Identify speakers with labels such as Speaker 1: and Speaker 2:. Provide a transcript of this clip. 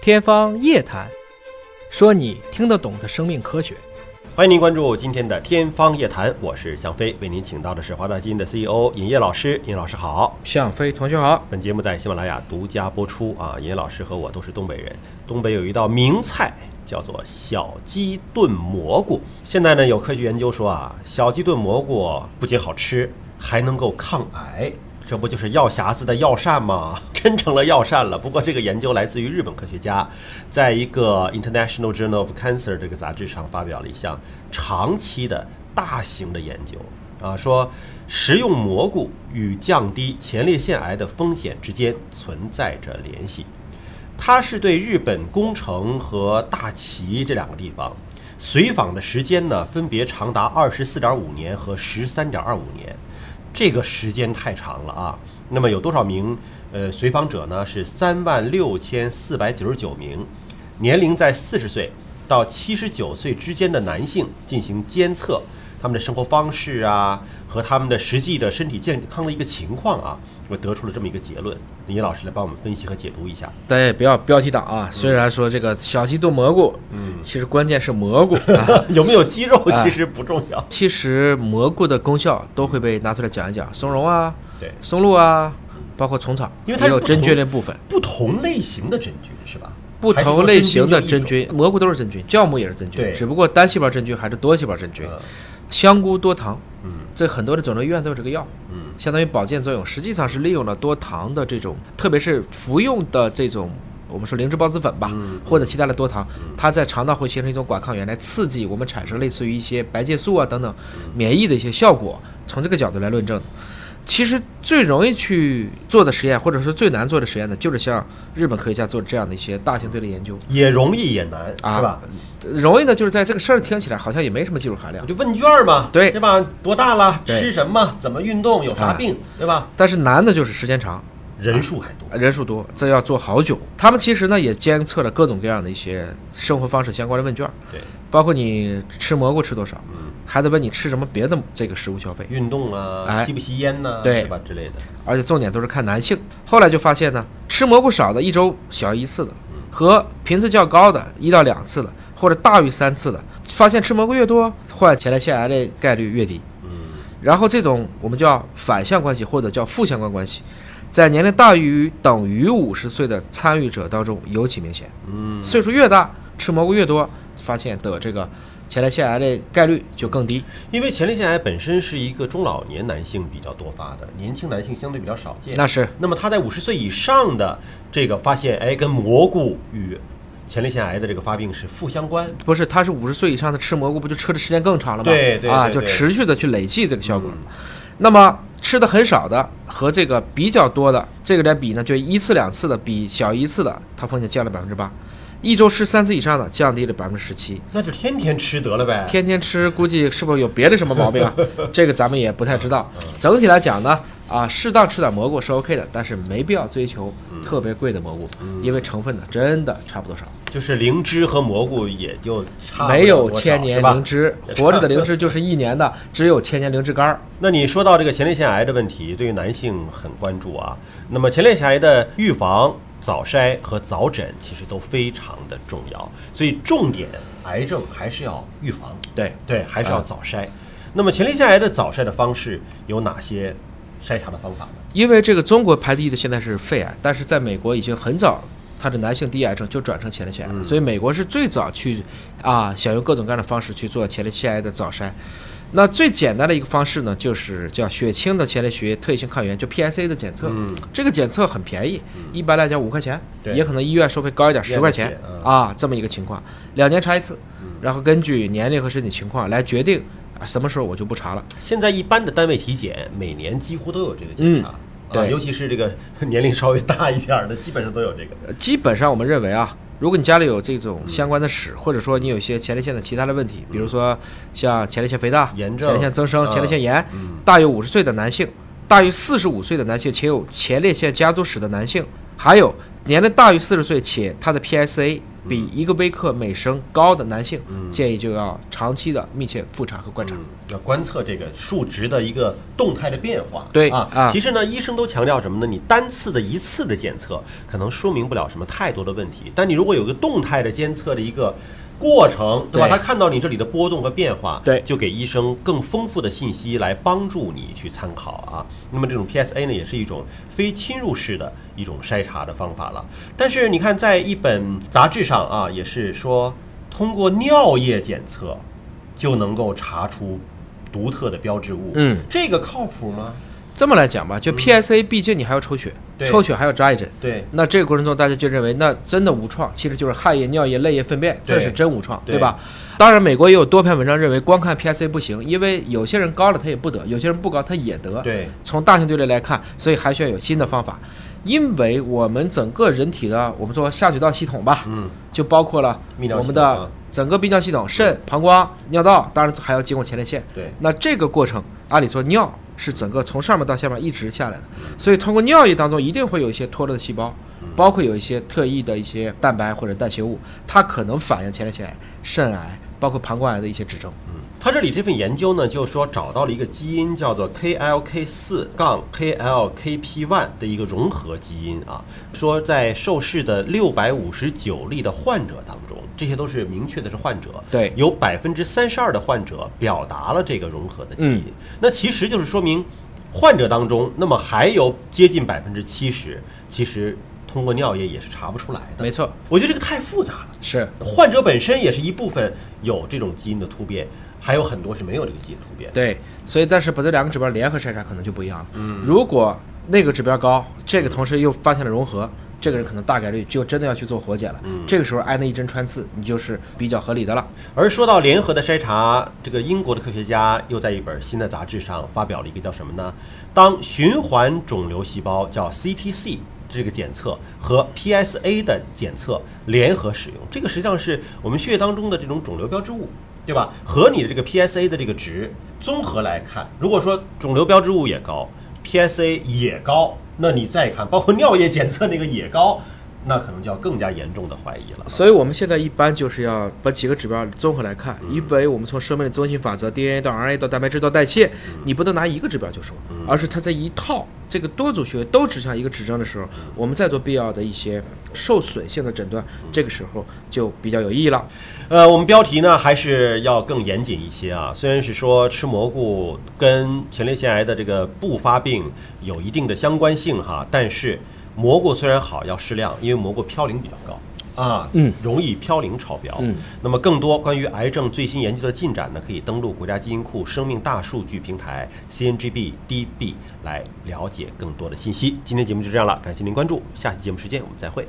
Speaker 1: 天方夜谭，说你听得懂的生命科学。
Speaker 2: 欢迎您关注今天的《天方夜谭》，我是向飞，为您请到的是华大基因的 CEO 尹烨老师。尹老师好，
Speaker 1: 向飞同学好，
Speaker 2: 本节目在喜马拉雅独家播出啊。尹烨老师和我都是东北人，东北有一道名菜叫做小鸡炖蘑菇。现在呢，有科学研究说啊，小鸡炖蘑菇不仅好吃，还能够抗癌。这不就是药匣子的药膳吗？ 真成了药膳了。不过这个研究来自于日本科学家，在一个《International Journal of Cancer》这个杂志上发表了一项长期的大型的研究啊，说食用蘑菇与降低前列腺癌的风险之间存在着联系。它是对日本宫城和大崎这两个地方随访的时间呢，分别长达二十四点五年和十三点二五年。这个时间太长了啊。那么有多少名呃随访者呢？是三万六千四百九十九名，年龄在四十岁到七十九岁之间的男性进行监测，他们的生活方式啊和他们的实际的身体健康的一个情况啊，我得出了这么一个结论。尹老师来帮我们分析和解读一下。
Speaker 1: 大家也不要标题党啊。虽然说这个小鸡炖蘑菇，嗯，其实关键是蘑 菇啊。
Speaker 2: 有没有肌肉其实不重要，
Speaker 1: 其实蘑菇的功效都会被拿出来讲一讲，松茸啊，
Speaker 2: 对，
Speaker 1: 松露啊，包括虫草，
Speaker 2: 因为它
Speaker 1: 也
Speaker 2: 是
Speaker 1: 有
Speaker 2: 不
Speaker 1: 真
Speaker 2: 同
Speaker 1: 菌的部分。
Speaker 2: 不同类型的真菌是吧？
Speaker 1: 不
Speaker 2: 还是说
Speaker 1: 同类型的真
Speaker 2: 就一
Speaker 1: 菌，蘑菇都是真菌，酵母也是真菌
Speaker 2: 对，
Speaker 1: 只不过单细胞真菌还是多细胞真菌
Speaker 2: 种。。
Speaker 1: 香菇多糖，
Speaker 2: 嗯
Speaker 1: 这很多的肿瘤医院都有这个药，
Speaker 2: 嗯
Speaker 1: 相当于保健作用，实际上是利用了多糖的这种，特别是服用的这种。我们说灵芝孢子粉吧，
Speaker 2: 嗯
Speaker 1: 或者其他的多糖，它在肠道会形成一种寡抗原，来刺激我们产生类似于一些白介素啊等等免疫的一些效果。从这个角度来论证的，其实最容易去做的实验，或者说最难做的实验呢，就是像日本科学家做这样的一些大型对立研究。
Speaker 2: 也容易也难，是
Speaker 1: 啊
Speaker 2: 吧？
Speaker 1: 容易呢，就是在这个事儿听起来好像也没什么技术含量
Speaker 2: 我，就问卷儿嘛，
Speaker 1: 对
Speaker 2: 对吧？多大了？
Speaker 1: 对
Speaker 2: 吃什么？怎么运动？有啥
Speaker 1: 啊
Speaker 2: 病？对吧？
Speaker 1: 但是难的就是时间长，
Speaker 2: 人数还多，
Speaker 1: 人数多，这要做好久。他们其实呢也监测了各种各样的一些生活方式相关的问卷，
Speaker 2: 对，
Speaker 1: 包括你吃蘑菇吃多少，
Speaker 2: 嗯，
Speaker 1: 还得问你吃什么别的这个食物消费，
Speaker 2: 运动啊，
Speaker 1: 哎
Speaker 2: 吸不吸烟呐，
Speaker 1: 对
Speaker 2: 吧？之类的，
Speaker 1: 而且重点都是看男性。后来就发现呢，吃蘑菇少的一周小于一次的，和频次较高的一到两次的，或者大于三次的，发现吃蘑菇越多，患前列腺癌的概率越低。
Speaker 2: 嗯
Speaker 1: 然后这种我们叫反向关系或者叫负相关关系，在年龄大于等于五十岁的参与者当中尤其明显。
Speaker 2: 嗯，
Speaker 1: 岁数越大，吃蘑菇越多，发现得这个前列腺癌的概率就更低。
Speaker 2: 因为前列腺癌本身是一个中老年男性比较多发的，年轻男性相对比较少见。
Speaker 1: 那是
Speaker 2: 那么他在五十岁以上的这个发现，哎，跟蘑菇与前列腺癌的这个发病是负相关。
Speaker 1: 不是？他是五十岁以上的吃蘑菇，不就吃的时间更长了吗？
Speaker 2: 对对
Speaker 1: 啊，
Speaker 2: 对嗯
Speaker 1: 就
Speaker 2: 对
Speaker 1: 持续的去累计这个效果。那么吃的很少的和这个比较多的这个来比呢，就一次两次的比小一次的，它风险降了百分之八，一周吃三次以上的降低了百分之十七。
Speaker 2: 那就天天吃得了呗。
Speaker 1: 天天吃，估计是不是有别的什么毛病 啊？这个咱们也不太知道。整体来讲呢，啊，适当吃点蘑菇是 OK 的，但是没必要追求特别贵的蘑菇，
Speaker 2: 嗯
Speaker 1: 因为成分呢真的差不多少，
Speaker 2: 就是灵芝和蘑菇也就差不了
Speaker 1: 没有
Speaker 2: 多少
Speaker 1: 千年
Speaker 2: 是吧
Speaker 1: 灵 芝，活着的灵芝就是一年的，只有千年灵芝干儿。
Speaker 2: 那你说到这个前列腺癌的问题，对于男性很关注啊。那么前列腺癌的预防、早筛和早诊其实都非常的重要，所以重点癌症还是要预防，
Speaker 1: 对，
Speaker 2: 对，还
Speaker 1: 哎
Speaker 2: 是要早筛。那么前列腺癌的早筛的方式有哪些筛查的方法呢？
Speaker 1: 因为这个中国排第一的现在是肺癌，但是在美国已经很早，它的男性第一癌症就转成前列腺
Speaker 2: 嗯
Speaker 1: 癌了，所以美国是最早去啊，想用各种各样的方式去做前列腺癌的早筛。那最简单的一个方式呢，就是叫血清的前列腺特异性抗原，就 PSA 的检测。
Speaker 2: 嗯
Speaker 1: 这个检测很便宜，一般来讲五块钱，
Speaker 2: 对
Speaker 1: 也可能医院收费高一点，
Speaker 2: 验
Speaker 1: 十块
Speaker 2: 个血
Speaker 1: 钱
Speaker 2: 嗯
Speaker 1: 啊，这么一个情况。两年查一次，然后根据年龄和身体情况来决定啊什么时候我就不查了。
Speaker 2: 现在一般的单位体检每年几乎都有这个检查。啊，
Speaker 1: 嗯对
Speaker 2: 尤其是这个 年龄稍微大一点儿的，基本上都有这个。
Speaker 1: 呃基本上我们认为啊，如果你家里有这种相关的史，或者说你有一些前列腺的其他的问题，比如说像前列腺肥大、
Speaker 2: 嗯炎症
Speaker 1: 前列腺增生、
Speaker 2: 啊
Speaker 1: 前列腺炎
Speaker 2: 嗯，
Speaker 1: 大于五十岁的男性，大于四十五岁的男性且有前列腺家族史的男性，还有年龄大于四十岁且他的 PSA
Speaker 2: 嗯
Speaker 1: 比一个微克每升高的男性，建议就要长期的密切复查和观察。
Speaker 2: 嗯，要观测这个数值的一个动态的变化。
Speaker 1: 对
Speaker 2: 啊，
Speaker 1: 啊
Speaker 2: 其实呢，医生都强调什么呢？你单次的一次的检测可能说明不了什么太多的问题，但你如果有个动态的监测的一个。过程对
Speaker 1: 对
Speaker 2: 吧？他看到你这里的波动和变化，
Speaker 1: 对
Speaker 2: 就给医生更丰富的信息来帮助你去参考啊。那么这种 PSA 呢，也是一种非侵入式的一种筛查的方法了。但是你看，在一本杂志上啊，也是说通过尿液检测就能够查出独特的标志物。
Speaker 1: 嗯，
Speaker 2: 这个靠谱吗？
Speaker 1: 这么来讲吧，就 PSA，毕竟你还要抽血，
Speaker 2: 嗯对
Speaker 1: 抽血还要扎一针。
Speaker 2: 对，
Speaker 1: 那这个过程中，大家就认为那真的无创，其实就是汗液、尿液、泪液、粪便，
Speaker 2: 对
Speaker 1: 这是真无创，
Speaker 2: 对
Speaker 1: 对吧？当然，美国也有多篇文章认为光看 PSA 不行，因为有些人高了他也不得，有些人不高他也得。
Speaker 2: 对，
Speaker 1: 从大型队列来看，所以还需要有新的方法，因为我们整个人体的，我们说下水道系统吧，
Speaker 2: 嗯，
Speaker 1: 就包括了
Speaker 2: 泌尿系统
Speaker 1: 我们
Speaker 2: 啊
Speaker 1: 的整个泌尿系统、肾、膀胱、尿道，当然还要经过前列腺。
Speaker 2: 对，
Speaker 1: 那这个过程，按理说尿是整个从上面到下面一直下来的，所以通过尿液当中一定会有一些脱落的细胞，包括有一些特异的一些蛋白或者代谢物，它可能反映前列腺癌、肾癌，包括膀胱癌的一些指征。
Speaker 2: 嗯，他这里这份研究呢，就说找到了一个基因叫做 KLK 四杠 KLKP one 的一个融合基因啊，说在受试的六百五十九例的患者当中，这些都是明确的是患者，
Speaker 1: 对
Speaker 2: 有百分之三十二的患者表达了这个融合的基因，
Speaker 1: 嗯
Speaker 2: 那其实就是说明患者当中，那么还有接近百分之七十，其实通过尿液也是查不出来的，
Speaker 1: 没错，
Speaker 2: 我觉得这个太复杂了。
Speaker 1: 是
Speaker 2: 患者本身也是一部分有这种基因的突变，还有很多是没有这个基因突变。
Speaker 1: 对，所以但是把这两个指标联合筛查可能就不一样了。嗯，如果那个指标高，这个同时又发现了融合。这个人可能大概率就真的要去做活检了，这个时候挨那一针穿刺，你就是比较合理的了。
Speaker 2: 而说到联合的筛查，这个英国的科学家又在一本新的杂志上发表了一个叫什么呢？当循环肿瘤细胞叫 CTC 这个检测和 PSA 的检测联合使用，这个实际上是我们血液当中的这种肿瘤标志物。对吧？和你的这个 PSA 的这个值综合来看，如果说肿瘤标志物也高，PSA 也高，那你再看，包括尿液检测那个也高，那可能就要更加严重的怀疑了。
Speaker 1: 所以我们现在一般就是要把几个指标综合来看，因为我们从生命的中心法则，DNA 到 RNA 到蛋白质到代谢，你不能拿一个指标就说，而是它在一套这个多组学都指向一个指征的时候，我们再做必要的一些受损性的诊断，这个时候就比较有意义了。
Speaker 2: 呃，我们标题呢还是要更严谨一些啊。虽然是说吃蘑菇跟前列腺癌的这个不发病有一定的相关性哈，但是蘑菇虽然好，要适量，因为蘑菇嘌呤比较高。啊，
Speaker 1: 嗯，
Speaker 2: 容易嘌呤超标。
Speaker 1: 嗯，
Speaker 2: 那么更多关于癌症最新研究的进展呢，可以登录国家基因库生命大数据平台 CNGB DB 来了解更多的信息。今天节目就这样了，感谢您关注，下期节目时间我们再会。